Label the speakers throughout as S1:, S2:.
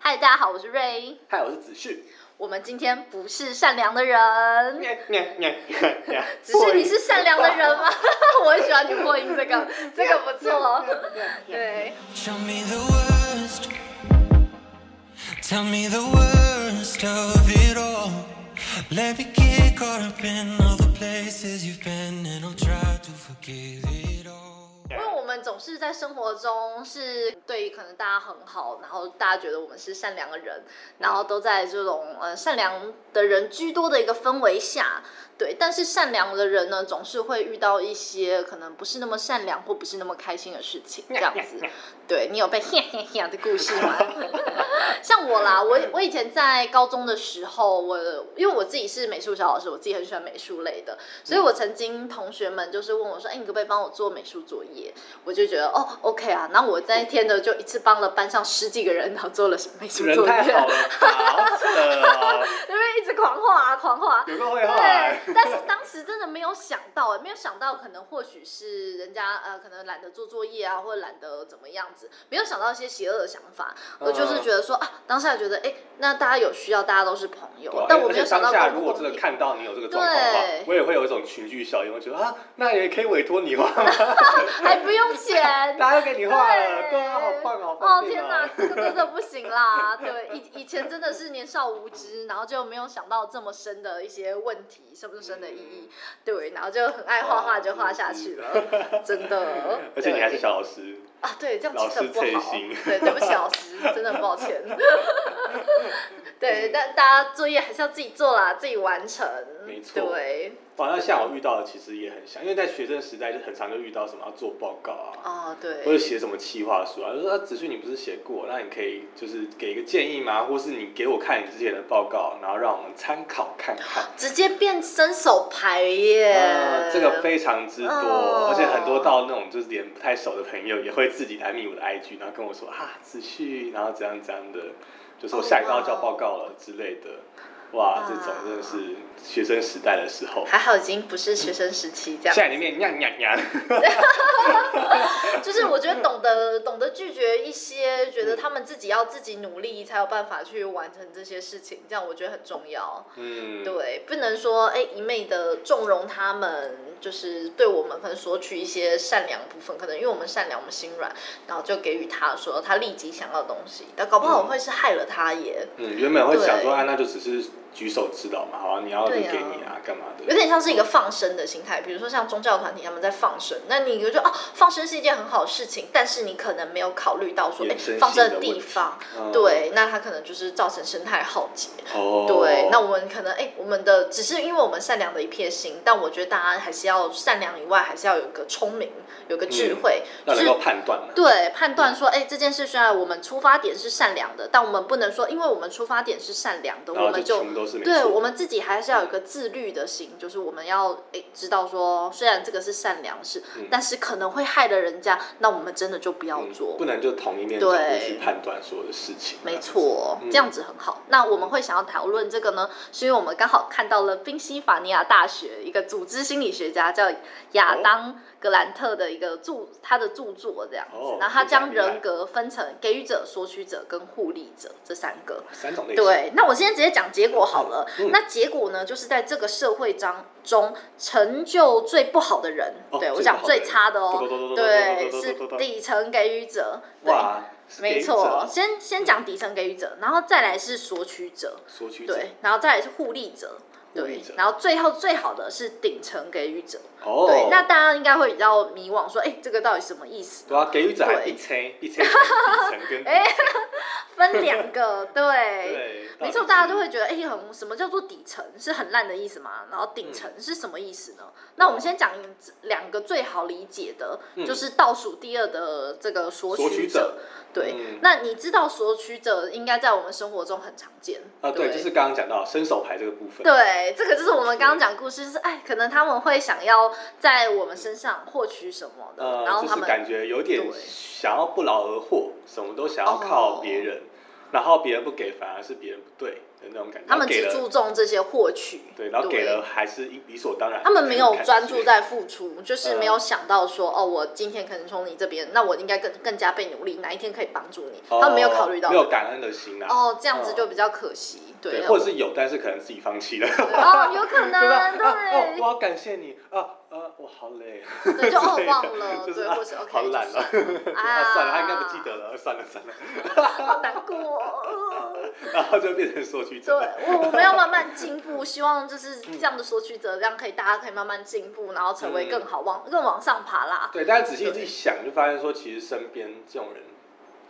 S1: 嗨，大家好，我是瑞。
S2: 嗨，我是子旭。
S1: 我们今天不是善良的人，
S2: 子
S1: 只是你是善良的人吗？ 我很喜欢听破音这个，这个不错。 对，
S3: Show me the worst. Tell me the worst of it all. Let me get caught up in all the places you've been, and I'll try to forgive it all.
S1: 因为我们总是在生活中是对可能大家很好，然后大家觉得我们是善良的人，然后都在这种呃善良的人居多的一个氛围下，对。但是善良的人呢，总是会遇到一些可能不是那么善良或不是那么开心的事情，这样子。对你有被 嘿嘿嘿的故事吗？ 像我啦，我我以前在高中的时候，我因为我自己是美术小老师，我自己很喜欢美术类的，
S2: 嗯
S1: 所以我曾经同学们就是问我说：“哎、你可不可以帮我做美术作业？”我就觉得哦，OK 啊。然后我那一天呢，就一次帮了班上十几个人，然后做了美术
S2: 人
S1: 作
S2: 太
S1: 业，
S2: 好了吧，好扯哦，
S1: 那边一直狂画啊，狂画。
S2: 有个会画欸。
S1: 对，但是当时真的没有想到、欸，没有想到，可能或许是人家呃，可能懒得做作业啊，或者懒得怎么样子，没有想到一些邪恶的想法。
S2: 嗯
S1: 我就是觉得说啊，当下觉得哎、欸那大家有需要，大家都是朋友，
S2: 对啊
S1: 但我
S2: 而
S1: 没
S2: 且
S1: 有想到
S2: 当下
S1: 公
S2: 如
S1: 不
S2: 果
S1: 公
S2: 真的
S1: 平
S2: 看到你有这个状况的话
S1: 对，
S2: 我也会有一种群聚效应，我觉得啊，那也可以委托你 画吗？
S1: 还哎不用钱。
S2: 大家都给你画了，
S1: 对
S2: 对啊，好棒好
S1: 哦
S2: 方便
S1: 天
S2: 啊！
S1: 这个真的不行 啦！对，以以前真的是年少无知，然后就没有想到这么深的一些问题，深不深的意
S2: 嗯
S1: 义，对，然后就很爱画画就画下去了，真的。
S2: 嗯而且你还是
S1: 对
S2: 小老师，
S1: 啊，对，这样
S2: 老
S1: 其实很
S2: 师
S1: 不
S2: 退
S1: 好
S2: 心。
S1: 对，对不起老师，真的很抱 歉。
S2: 嗯
S1: 对，但大家作业还是要自己做啦，自己完成。
S2: 没错
S1: 对，
S2: 哇，那像我遇到的其实也很像，因为在学生时代就很常就遇到什么要做报告啊，
S1: 哦，
S2: 或
S1: 对，
S2: 者写什么企划书啊，就说啊子旭你不是写过，那你可以就是给一个建议吗？或是你给我看你之前的报告，然后让我们参考 看看。
S1: 直接变伸手牌耶。
S2: 呃，这个非常之多，
S1: 哦
S2: 而且很多到那种就是连不太熟的朋友也会自己来密我的 IG，然后跟我说啊子旭，然后怎样怎样的，就
S1: 哦
S2: 说我下一个要交报告了之类的。哇，这种真的是学生时代的时候，
S1: 还好已经不是学生时期这样
S2: 现。在里面 酿酿酿。
S1: 就是我觉得懂得懂得拒绝一些，觉得他们自己要自己努力才有办法去完成这些事情，这样我觉得很重要。
S2: 嗯，
S1: 对，不能说哎一昧的纵容他们，就是对我们可能索取一些善良部分，可能因为我们善良，我们心软，然后就给予他说他立即想要的东西，但搞不好
S2: 嗯
S1: 会是害了他耶，
S2: 嗯，原本会想
S1: 对
S2: 说啊，那就只是举手之劳嘛，好啊，你要就
S1: 对
S2: 给
S1: 啊
S2: 你啊，干嘛的？
S1: 有点像是一个放生的心态。比如说像宗教团体他们在放生，那你就觉得哦，放生是一件很好的事情，但是你可能没有考虑到说，哎
S2: 衍生，
S1: 放
S2: 性
S1: 生
S2: 的
S1: 地
S2: 问题
S1: 方，
S2: 嗯
S1: 对，那它可能就是造成生态浩劫。
S2: 哦，
S1: 对，那我们可能哎、我们的只是因为我们善良的一片心，但我觉得大家还是要善良以外，还是要有个聪明，有个智慧，
S2: 要
S1: 就
S2: 嗯
S1: 是
S2: 能够判断嘛。
S1: 对判断说，哎、这件事虽然我们出发点是善良的，但我们不能说，因为我们出发点是善良的，
S2: 然
S1: 我
S2: 后
S1: 们
S2: 就
S1: 就
S2: 全部都是没
S1: 对
S2: 错
S1: 我们自己还是要有一个自律的心，就是我们要哎、知道说，虽然这个是善良事，
S2: 嗯
S1: 但是可能会害了人家，那我们真的就不要
S2: 嗯
S1: 做，
S2: 不能就同一面角度
S1: 对
S2: 去判断所有的事情。
S1: 没，错，
S2: 嗯
S1: 这样子很好。那我们会想要讨论这个呢，是因为我们刚好看到了宾夕法尼亚大学一个组织心理学家叫
S2: 哦
S1: 亚当格兰特的一个著他的著作这样子
S2: 哦，
S1: 然后他将
S2: 听起来厉害
S1: 人格分成给予者、索取者跟互利者这三个。
S2: 三种类 型。
S1: 对，那我现在直接讲结果好了。
S2: 嗯
S1: 那结果呢，就是在这个社会章中，成就最不好的人，
S2: 哦
S1: 对我
S2: 最
S1: 讲
S2: 不好的
S1: 最
S2: 人
S1: 差的哦
S2: 咚咚，咚咚咚
S1: 对，
S2: 咚咚
S1: 是
S2: 咚咚咚
S1: 底层给予者，对，
S2: 哇，是给
S1: 没
S2: 予
S1: 错，
S2: 者
S1: 先先讲底层给予者，然后再来是索取者，
S2: 索取者，
S1: 对，然后再来是互利者，
S2: 互
S1: 对
S2: 利者，
S1: 然后最后最好的是顶层给予者，
S2: 哦，
S1: 对，那大家应该会比较迷惘，说，哎，这个到底什么意思？
S2: 对啊，给予者还
S1: 对
S2: 一层一层 一层跟
S1: 哎，分两个，对。
S2: 对，
S1: 没错，大家都会觉得，哎、很什么叫做底层是很烂的意思嘛？然后
S2: 嗯
S1: 顶层是什么意思呢？那我们先讲两个最好理解的，
S2: 嗯
S1: 就是倒数第二的这个索
S2: 索
S1: 取
S2: 取者
S1: 对，
S2: 嗯
S1: 那你知道索取者应该在我们生活中很常见
S2: 啊，对，就是刚刚讲到伸手牌这个部分，
S1: 对，这个就是我们刚刚讲故事，就是哎，可能他们会想要在我们身上获取什么的，
S2: 呃，
S1: 然后
S2: 就
S1: 他
S2: 是
S1: 们
S2: 感觉有点
S1: 对
S2: 想要不劳而获，什么都想要靠
S1: 哦
S2: 别人，然后别人不给，反而是别人不对的那种感觉。
S1: 他们
S2: 然后
S1: 只
S2: 给
S1: 注
S2: 了，
S1: 重这些获取，
S2: 对，然后给了还是理所当然的
S1: 他
S2: 那种
S1: 们
S2: 感
S1: 没
S2: 觉。
S1: 有专注在付出，就是
S2: 嗯
S1: 没有想到说，哦，我今天可能从你这边，那我应该更更加被努力，哪一天可以帮助你？
S2: 哦，
S1: 他们没有考虑到
S2: 没，有感恩的心啊。
S1: 哦，这样子
S2: 嗯
S1: 就比较可惜，对
S2: 对，，或者是有，但是可能自己放弃了。
S1: 哦，有可
S2: 就是啊
S1: 能，
S2: 啊 哦，我
S1: 对，
S2: 要感谢你啊啊，我好累，
S1: 对，就哦
S2: 之类的
S1: 忘了，
S2: 就是
S1: 对，
S2: 啊
S1: 或是 OK，
S2: 好懒
S1: 就
S2: 了，
S1: 算了
S2: 啊
S1: 啊，
S2: 算了，他应该不记得了，算了算了，
S1: 好难过哦。
S2: 然后就变成说
S1: 对
S2: 去真的，
S1: 我，我们要慢慢进步，希望就是这样的索取者，这样可以大家可以慢慢进步，然后成为更好往更往上爬啦。
S2: 嗯对，但是仔细一想，就发现说其实身边这种人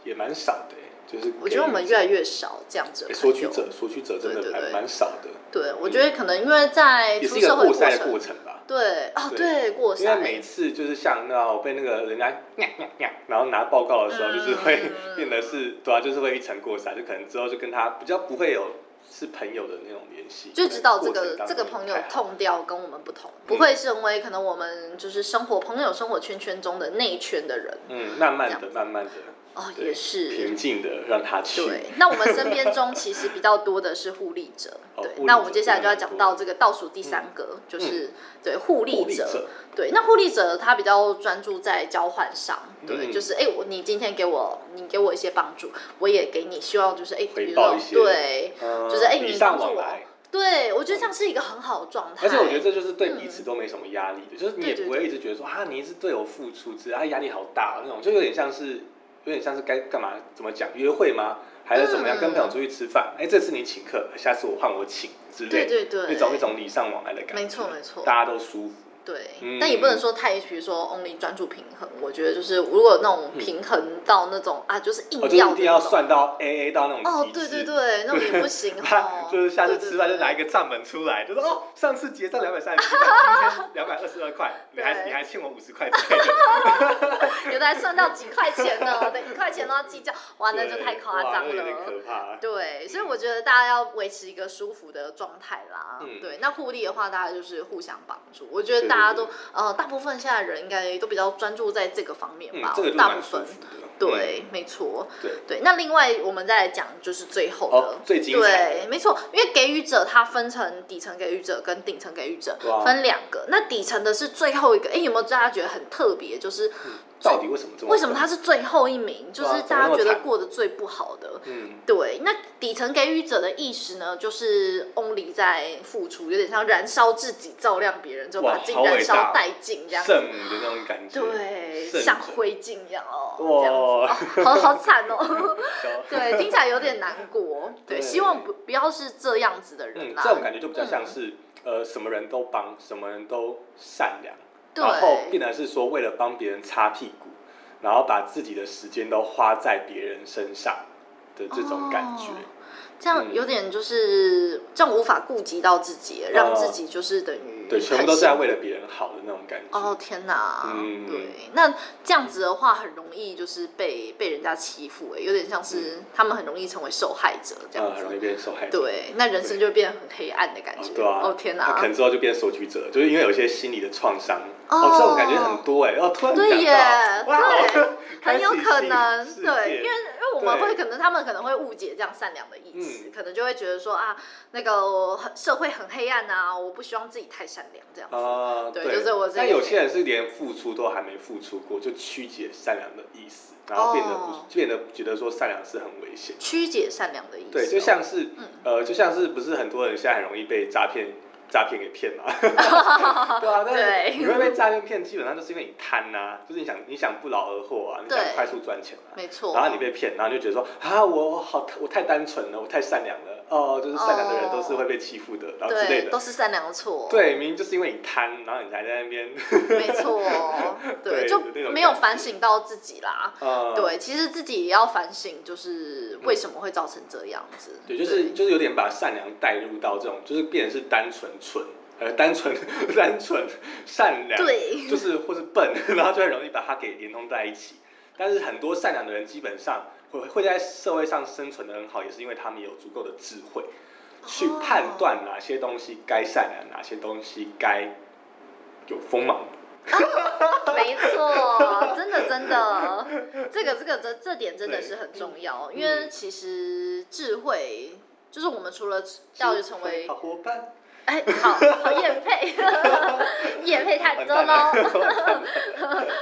S2: 也蛮少的，欸就是
S1: 我觉得我们
S2: 给
S1: 越来越少这样子的
S2: 诶
S1: 朋
S2: 索取
S1: 友。
S2: 者，索取者真的
S1: 对对
S2: 还
S1: 对
S2: 蛮少的，
S1: 对，我觉得可能因为在
S2: 嗯也是
S1: 出
S2: 一
S1: 社
S2: 个
S1: 会
S2: 过
S1: 过
S2: 筛的过
S1: 程，
S2: 程吧。
S1: 对啊，
S2: 对
S1: 对过
S2: 因为
S1: 筛，
S2: 每次就是像那我被那个人家呀呀呀，然后拿报告的时候，就是会
S1: 嗯
S2: 变得是，对啊，就是会一层过筛，就可能之后就跟他比较不会有是朋友的那种联系，
S1: 就知道这
S2: 可
S1: 个
S2: 能过程当中
S1: 这个朋友
S2: 不太好，嗯
S1: 痛调跟我们不同，不会成为可能我们就是生活朋友生活圈圈中的那一圈的人
S2: 嗯，慢慢
S1: 这
S2: 的，慢慢的，
S1: 哦，
S2: 对
S1: 也
S2: 平
S1: 是。
S2: 静的让他去，
S1: 对，那我们身边中其实比较多的是互利者，
S2: 哦
S1: 对
S2: 互利。
S1: 那
S2: 者
S1: 我们接下来就要讲到
S2: 嗯
S1: 这个倒数第三个，就是对互利
S2: 互利者，
S1: 对，那互利者他比较专注在交换上，对，
S2: 嗯
S1: 就是哎、诶我你今天给我你给我一些帮助，我也给你，希望就是哎，诶
S2: 回
S1: 比如
S2: 报
S1: 说
S2: 一些
S1: 对，
S2: 嗯
S1: 就是哎、
S2: 礼
S1: 你
S2: 尚
S1: 帮助
S2: 往
S1: 我
S2: 来，，
S1: 对我觉得这样是一个很好的状态，嗯
S2: 嗯而且我觉得这就是对彼此都没什么压力的，就是你也
S1: 对对
S2: 不会一直觉得说啊，你一直对我付出，只啊压力好大哦那种，就有点像是有点像是该干嘛怎么讲约会吗？还是怎么样
S1: 嗯
S2: 跟朋友出去吃饭？哎、这次你请客，下次我换我请之类
S1: 对
S2: 的，
S1: 对对，
S2: 那种一种礼尚往来的感觉，
S1: 没错没错
S2: 大家都舒服。
S1: 对，
S2: 嗯
S1: 但也不能说太，比如说 only 专注平衡，我觉得就是如果有那种平衡到那种、啊，就是硬
S2: 我嗯哦就是
S1: 要
S2: 一定要
S1: 的那种
S2: 算到 A A 到那种
S1: 哦
S2: 极，致。
S1: 对对对，那种也不行哦
S2: 他，就是下次
S1: 对对
S2: 吃饭就
S1: 对
S2: 拿一个账本出来，就说哦，上次结账两百三十七块，今天两百二十二块，你还
S1: 对
S2: 你还欠我五十 块之类的。
S1: 有的还算到几块钱呢， 等一块钱都要计较，哇，啊那就
S2: 对
S1: 太夸张
S2: 哇那有点
S1: 了。
S2: 可怕。
S1: 对，所以我觉得大家要维持一个舒服的状态啦。
S2: 嗯
S1: 对，那互利的话，大家就是互相帮助。我觉得大家都
S2: 对
S1: 呃，大部分现在人应该都比较专注在这个方面
S2: 嗯
S1: 吧，，
S2: 这个就
S1: 大部
S2: 蛮舒
S1: 分。
S2: 服的。嗯，
S1: 对，没错。
S2: 对，
S1: 对，那另外我们再来讲就是最后的、
S2: 哦，最精彩的，
S1: 对，没错，因为给予者他分成底层给予者跟顶层给予者
S2: 对啊，
S1: 分两个。那底层的是最后一个，哎，有没有大家觉得很特别？就是
S2: 到底为什么这么？
S1: 为什么他？是最后一名？就
S2: 嗯对啊
S1: 是
S2: 怎么
S1: 大
S2: 那么
S1: 家觉得
S2: 惨
S1: 过得最不好的。
S2: 嗯，
S1: 对，那底层给予者的意识呢，就是 only 在付出，有点像燃烧自己，照亮别人，就
S2: 哇
S1: 把自己
S2: 好伟
S1: 燃烧
S2: 大
S1: 殆尽这样子。
S2: 圣母的那种感觉，
S1: 对，
S2: 圣
S1: 像
S2: 者
S1: 灰烬一样哦，这样子
S2: 哇，
S1: 好好惨哦。
S2: 小
S1: 对，听起来有点难过。对，
S2: 对
S1: 希望不不要是这样子的人啊
S2: 嗯，
S1: 啦。
S2: 这种感觉就比较像是呃，什么人都帮，什么人都善良，
S1: 对
S2: 然后变得是说为了帮别人擦屁股，然后把自己的时间都花在别人身上的这种感觉
S1: 哦。这样
S2: 嗯
S1: 有点就是、这样无法顾及到自己，让自己就是等于
S2: 嗯对，全部
S1: 很
S2: 都是在
S1: 辛苦
S2: 为了别人好的那种感觉。
S1: 哦天哪，
S2: 嗯
S1: 对，那这样子的话很容易就是被被人家欺负、欸，有点像是他们很容易成为受害者这
S2: 呃，
S1: 样
S2: 很
S1: 子。
S2: 容易变受害者。
S1: 对，那人生就变得很黑暗的感
S2: 哦
S1: 觉。，
S2: 对啊，
S1: 哦天
S2: 他
S1: 哪
S2: 可，能之后就变索取者，就是因为有一些心理的创伤。
S1: 哦
S2: 哦，这种感觉很多哎，哦，突然
S1: 对
S2: 想
S1: 耶
S2: 到，哇，
S1: 对
S2: 开
S1: 很
S2: 启
S1: 有可
S2: 新
S1: 能，
S2: 世
S1: 对，
S2: 界
S1: 因为因为我们
S2: 对
S1: 会可能他们可能会误解这样善良的意思，
S2: 嗯
S1: 可能就会觉得说啊，那个很社会很黑暗啊，我不希望自己太善良这样子。
S2: 啊，
S1: 对就是我这
S2: 但
S1: 个
S2: 有些人是连付出都还没付出过，就曲解善良的意思，然后变得不、
S1: 哦
S2: 变得觉得说善良是很危险。
S1: 曲解善良的意思哦。
S2: 对，就像是、呃，就像是不是很多人现在很容易被诈骗诈骗给 骗嘛？对啊，但
S1: 对
S2: 是你会被诈骗骗，基本上就是因为你贪呐、就是你想你想不劳而获啊，你想
S1: 对
S2: 快速赚钱啊，
S1: 没错。
S2: 然后你被骗，然后你就觉得说啊，我我好我太单纯了，我太善良了，哦，就是善良的人都是会被欺负的，然后之类
S1: 哦对，
S2: 的
S1: 都。是善良的错。，
S2: 对，明明就是因为你贪，然后你才在那边，
S1: 没错。对，
S2: 对
S1: 就
S2: 有那种
S1: 没有
S2: 感觉
S1: 反省到自己啦。
S2: 呃，
S1: 对，其实自己也要反省，就是为什么会造成这样子。
S2: 对，就是就是有点把善良带入到这种，就是变成是单纯纯，呃，单纯单纯善良，
S1: 对
S2: 就是或是笨，然后就很容易把它给连通在一起。但是很多善良的人基本上会会在社会上生存的很好，也是因为他们有足够的智慧
S1: 哦
S2: 去判断哪些东西该善良，哪些东西该有锋芒。
S1: 没错，真的真的，这个这个这这点真的是很重要，
S2: 嗯
S1: 因为其实智慧就是我们除了要就成为
S2: 好伙伴，
S1: 哎，好好叶配，叶配太多喽，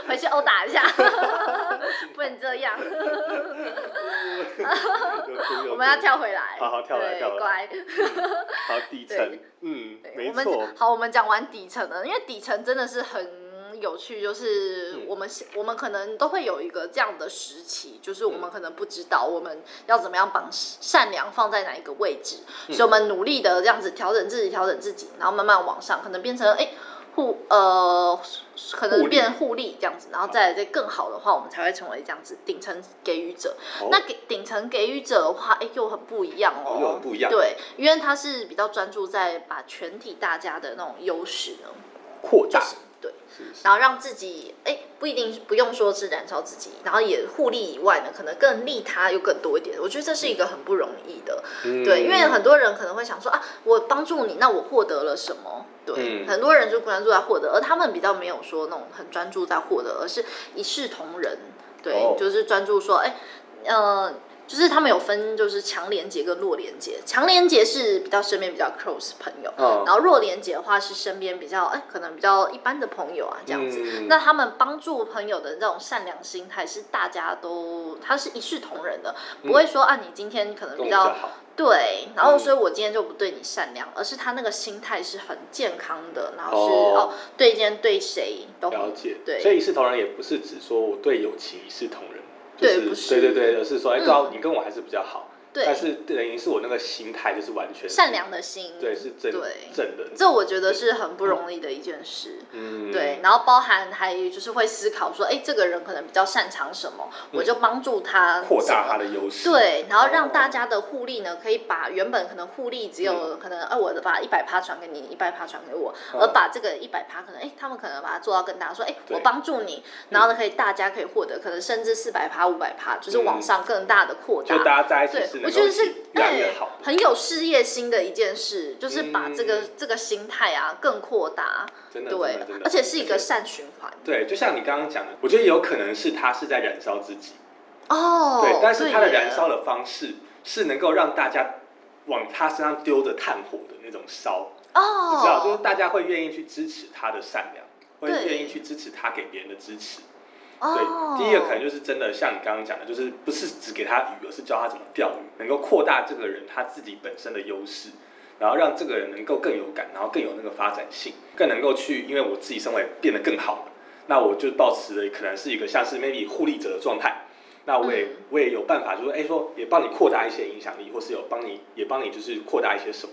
S1: 回去殴打一下， 不能这样，我
S2: 我
S1: 们要跳回来，
S2: 好好跳回来
S1: 对
S2: 跳回来
S1: 乖。
S2: 好底层
S1: 对，
S2: 嗯，
S1: 对，
S2: 没
S1: 我们
S2: 错，
S1: 好，我们讲完底层了，因为底层真的是很有趣，就是
S2: 嗯
S1: 我们、我们可能都会有一个这样的时期，就是
S2: 嗯
S1: 我们可能不知道我们要怎么样把善良放在哪一个位置，
S2: 嗯
S1: 所以我们努力的这样子调整自己，调整自己，然后慢慢往上，可能变成哎。互呃，可
S2: 互
S1: 能
S2: 利
S1: 变成互利这样子，然后再来再更好的话，我们才会成为这样子顶层给予者。
S2: 哦
S1: 那给顶层给予者的话，哎、又很不一样哦，
S2: 哦又很不一样
S1: 对，因为他是比较专注在把全体大家的那种优势呢，
S2: 扩大，
S1: 对，
S2: 是是
S1: 然后让自己哎、不一定不用说是燃烧自己，然后也互利以外呢，可能更利他又更多一点。我觉得这是一个很不容易的，
S2: 嗯
S1: 对，因为很多人可能会想说啊，我帮助你，那我获得了什么？对，
S2: 嗯
S1: 很多人就专注在获得，而他们比较没有说那种很专注在获得，而是一视同仁。对，
S2: 哦
S1: 就是专注说，哎、呃，就是他们有分就是强连接跟弱连接，强连接是比较身边比较 close 朋友，
S2: 嗯
S1: 然后弱连接的话是身边比较哎、可能比较一般的朋友啊这样子。
S2: 嗯
S1: 那他们帮助朋友的这种善良心态是大家都，他是一视同仁的，不会说、啊你今天可能
S2: 嗯跟我
S1: 比
S2: 比
S1: 较
S2: 较好，
S1: 对，然后
S2: 嗯
S1: 所以我今天就不对你善良，而是他那个心态是很健康的，然后是
S2: 哦
S1: 哦对今天对谁都
S2: 了解，
S1: 哦对
S2: 所以一视同仁也不是只说我对友情一视同仁，就
S1: 对
S2: 是
S1: 不是
S2: 对对对，而是说，哎，对啊
S1: 嗯，
S2: 你跟我还是比较好，
S1: 对
S2: 但是等于是我那个心态就是完全是
S1: 善，良的心，
S2: 对，是正
S1: 对
S2: 正的，
S1: 这我觉得是很不容易的一件事。
S2: 嗯，
S1: 对，，然后包含还就是会思考说，哎，这个人可能比较擅长什么，我就帮助他
S2: 嗯扩
S1: 什
S2: 大
S1: 么
S2: 他的优势，
S1: 对，然后让
S2: 哦
S1: 大家的互利呢，可以把原本可能互利只有可能，哎、我的把一百趴传给你，一百趴传给我，
S2: 嗯
S1: 而把这个一百趴可能，哎，他们可能把它做到更大，说，哎，
S2: 对
S1: 我帮助你，然后呢，可以大家可以获得可能甚至四百趴、五百趴，就是往
S2: 嗯
S1: 上更大的扩大。
S2: 就大家在一起
S1: 对
S2: 是，
S1: 我
S2: 能
S1: 觉
S2: 够
S1: 得
S2: 一
S1: 是哎
S2: 起越来越好的，
S1: 很有事业心的一件事，就是把这个、
S2: 嗯
S1: 这个心态啊更扩大，
S2: 真的，真
S1: 对
S2: 的真，的
S1: 而且是一个善循环。
S2: 对，就像你刚刚讲的，我觉得有可能是他是在燃烧自己，
S1: 哦，
S2: 对，但是它的
S1: 耶
S2: 燃烧的方式是能够让大家往他身上丢着炭火的那种烧，
S1: 哦，
S2: 你知道，就是大家会愿意去支持他的善良，会
S1: 对
S2: 愿意去支持他给别人的支持。
S1: 哦
S2: 对，第一个可能就是真的像你刚刚讲的，就是不是只给他鱼，而是教他怎么钓鱼，能够扩大这个人他自己本身的优势。然后让这个人能够更有感，然后更有那个发展性，更能够去，因为我自己身为变得更好了，那我就保持了可能是一个像是 maybe 互利者的状态，那我也、
S1: 嗯
S2: 我也有办法，就是哎说也帮你扩大一些影响力，或是有帮你也帮你就是扩大一些什么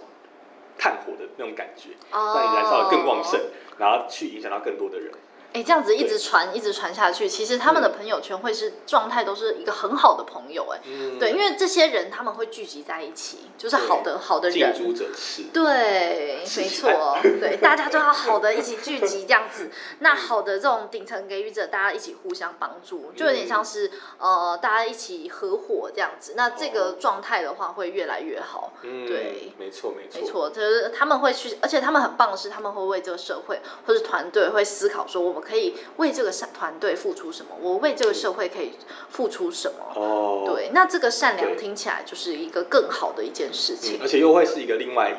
S2: 炭火的那种感觉，让你燃烧的更旺盛
S1: 哦，
S2: 然后去影响到更多的人。
S1: 哎，这样子一直
S2: 对
S1: 传，一直传下去，其实他们的朋友圈会是状态都是一个很好的朋友，哎、
S2: 嗯
S1: 对，因为这些人他们会聚集在一起，就是好的好的
S2: 近
S1: 人，
S2: 朱者赤。
S1: 对，没 错，对，大家都要好的一起聚集这样子。那好的这种顶层给予者，大家一起互相帮助，就有点
S2: 嗯
S1: 像是呃大家一起合伙这样子。那这个
S2: 哦
S1: 状态的话会越来越好，
S2: 嗯
S1: 对，
S2: 没错没错，
S1: 没错，就是他们会去，而且他们很棒的是，他们会为这个社会或是团队会思考说，我们可以为这个善团队付出什么，我为这个社会可以付出什么。
S2: 嗯哦，
S1: 对，那这个善良
S2: 对
S1: 听起来就是一个更好的一件事情
S2: 嗯，，而且又会是一个另外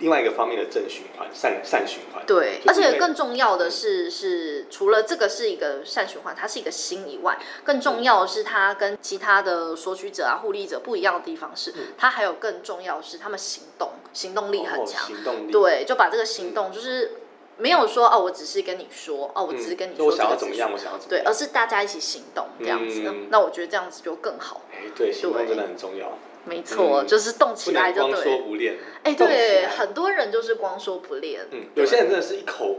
S2: 另外一个方面的正循环，善善循环。哦
S1: 对，
S2: 就
S1: 而
S2: 是因为
S1: 且更重要
S2: 嗯
S1: 的是，是除了这个是一个善循环，它是一个心以外，更
S2: 嗯
S1: 重要的是它跟其他的索取者啊、互利者不一样的地方是，它还有更重要的是他们行动，行动力很
S2: 嗯哦
S1: 强，
S2: 行动力，
S1: 对，就把这个行动就是没有说哦，我只是跟你说哦，我
S2: 嗯，
S1: 只是跟你
S2: 就
S1: 说、
S2: 我
S1: 这
S2: 想要
S1: 个
S2: 怎么
S1: 资
S2: 样，
S1: 讯
S2: 我想要怎么
S1: 对，
S2: 样。
S1: 而是大家一起行动这样子，
S2: 嗯
S1: 那我觉得这样子就更好，
S2: 哎，对，行动真的很重要，
S1: 没错，
S2: 嗯
S1: 就是动
S2: 不
S1: 起来
S2: 能
S1: 就
S2: 光说
S1: 对。
S2: 不练。
S1: 哎，
S2: 动起
S1: 对，
S2: 来
S1: 很多人就是光说不练，
S2: 嗯，有些人真的是一口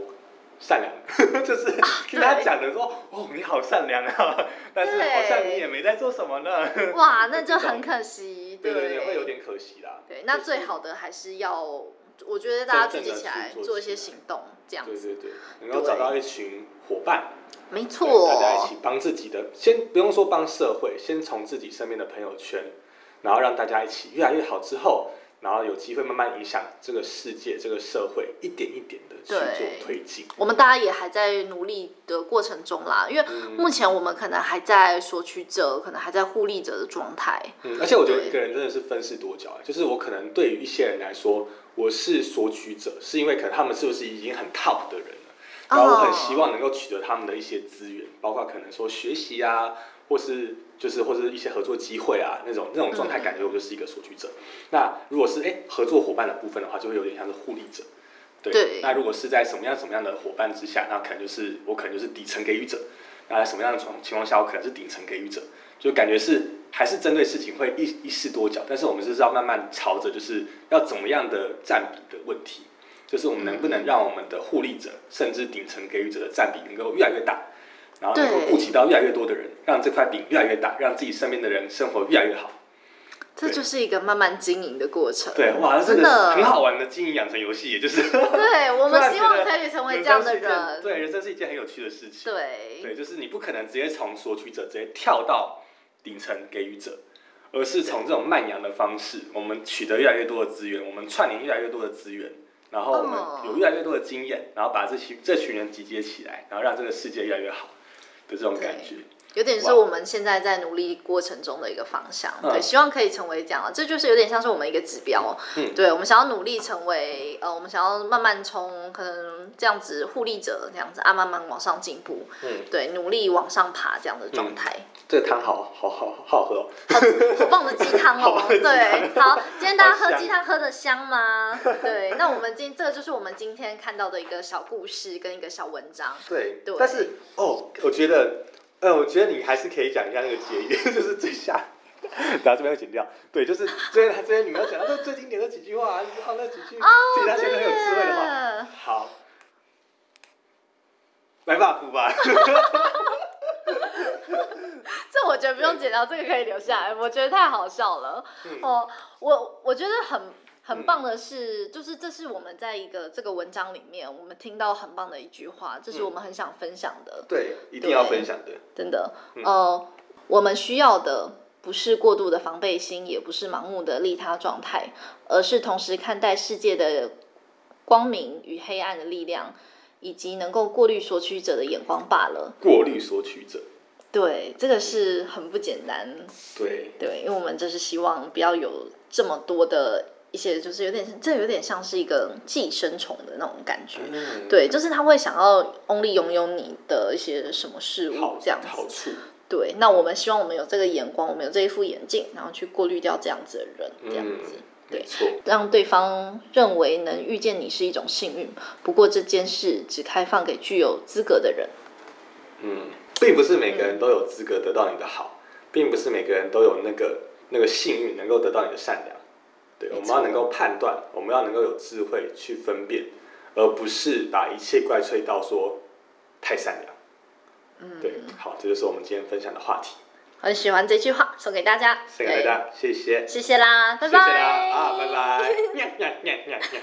S2: 善良， 就是
S1: 啊
S2: 听他讲的说，哦，你好善良啊， 但是好像你也没在做什么呢。
S1: 哇，那就
S2: 这种
S1: 很可惜，
S2: 对对对，会有点可惜啦。
S1: 对，那
S2: 就是
S1: 最好的还是要，我觉得大家聚
S2: 真
S1: 集
S2: 正地
S1: 起来
S2: 去做
S1: 做一
S2: 起
S1: 些
S2: 来
S1: 行动，这样
S2: 对
S1: 子，
S2: 对对，能够找到一群伙伴，
S1: 没
S2: 对
S1: 错，
S2: 大家一起帮自己的，先不用说帮社会，先从自己身边的朋友圈，然后让大家一起越来越好之后，然后有机会慢慢影响这个世界、这个社会，一点一点的去做
S1: 对
S2: 推进。
S1: 我们大家也还在努力的过程中啦，因为
S2: 嗯
S1: 目前我们可能还在索取者，可能还在互利者的状态。
S2: 嗯，而且我觉得
S1: 对
S2: 一个人真的是分饰多角，就是我可能对于一些人来说，我是索取者，是因为可能他们是不是已经很 top 的人了，然后我很希望能够取得他们的一些资源，包括可能说学习啊，或是就是或是一些合作机会啊那种那种状态，感觉我就是一个索取者。那如果是哎、合作伙伴的部分的话，就会有点像是互利者。对，
S1: 对
S2: 那如果是在什么样什么样的伙伴之下，那可能就是我可能就是底层给予者。那在什么样的状情况下，我可能是顶层给予者，就感觉是还是针对事情会一一事多角，但是我们就是要慢慢朝着就是要怎么样的占比的问题，就是我们能不能让我们的互利者甚至顶层给予者的占比能够越来越大，然后能够
S1: 对
S2: 顾及到越来越多的人，让这块饼越来越大，让自己身边的人生活越来越好。
S1: 这
S2: 对
S1: 就是一个慢慢经营的过程。
S2: 对，哇，这
S1: 真
S2: 个
S1: 的
S2: 很好玩的经营养成游戏，也就是
S1: 对， 我
S2: 我
S1: 们希望可以成为这样的人。
S2: 对，人生是一件很有趣的事情。
S1: 对
S2: 对，就是你不可能直接从索取者直接跳到顶层给予者，而是从这种蔓延的方式，我们取得越来越多的资源，我们串联越来越多的资源，然后我
S1: 哦
S2: 们有越来越多的经验，然后把这群这群人集结起来，然后让这个世界越来越好的这种感觉。
S1: 有点是我们现在在努力过程中的一个方向，
S2: 嗯
S1: 对，希望可以成为这样啊，这就是有点像是我们一个指标，
S2: 嗯
S1: 对，我们想要努力成为，呃，我们想要慢慢从可能这样子互利者这样子啊，慢慢往上进步，
S2: 嗯，
S1: 对，努力往上爬这样的状态，
S2: 这个汤好好好好喝、哦，
S1: 好棒的鸡汤
S2: 好
S1: 哦
S2: 棒！的鸡汤
S1: 对，好，今天大家
S2: 好
S1: 喝
S2: 香
S1: 鸡汤喝的香吗？对，那我们今这个就是我们今天看到的一个小故事跟一个小文章。
S2: 对，
S1: 对
S2: 但是哦，我觉得，呃，我觉得你还是可以讲一下那个结语， 就是最下，然后这边会剪掉。对，就是最这边你们要讲到那最经典那几句话，然后那几
S1: 哦
S2: 句，自己他现在很有智慧的话，
S1: 耶
S2: 好，来吧，补吧。
S1: 这我觉得不用剪掉，这个可以留下来，我觉得太好笑了。
S2: 嗯
S1: 哦，我我觉得很很棒的是，就是这是我们在一个这个文章里面，我们听到很棒的一句话，这是我们很想分享的，
S2: 对，一定要分享的。
S1: 真的。
S2: 嗯
S1: 呃，我们需要的不是过度的防备心，也不是盲目的利他状态，而是同时看待世界的光明与黑暗的力量，以及能够过滤索取者的眼光罢了。
S2: 过滤索取者，
S1: 对，这个是很不简单。
S2: 对，
S1: 对，因为我们就是希望不要有这么多的一些，就是有点，这有点像是一个寄生虫的那种感觉。
S2: 嗯，
S1: 对，就是他会想要 only 拥有你的一些什么事物
S2: 好
S1: 这样
S2: 好
S1: 子。
S2: 处，
S1: 对，那我们希望我们有这个眼光，我们有这一副眼镜，然后去过滤掉这样子的人，这样子。对
S2: 没错，
S1: 让对方认为能遇见你是一种幸运，不过这件事只开放给具有资格的人。
S2: 嗯，并不是每个人都有资格得到你的好，并不是每个人都有那个那个幸运能够得到你的善良。对，
S1: 没
S2: 我们
S1: 错
S2: 要能够判断，我们要能够有智慧去分辨，而不是把一切怪罪到说太善良。嗯，对，好，这就是我们今天分享的话题，
S1: 很喜欢这句话，送给大家，
S2: 谢谢大家，谢谢，啊
S1: 对，谢谢啦，拜
S2: 谢谢
S1: 拜，
S2: 啦，啊，拜拜，喵喵喵喵喵。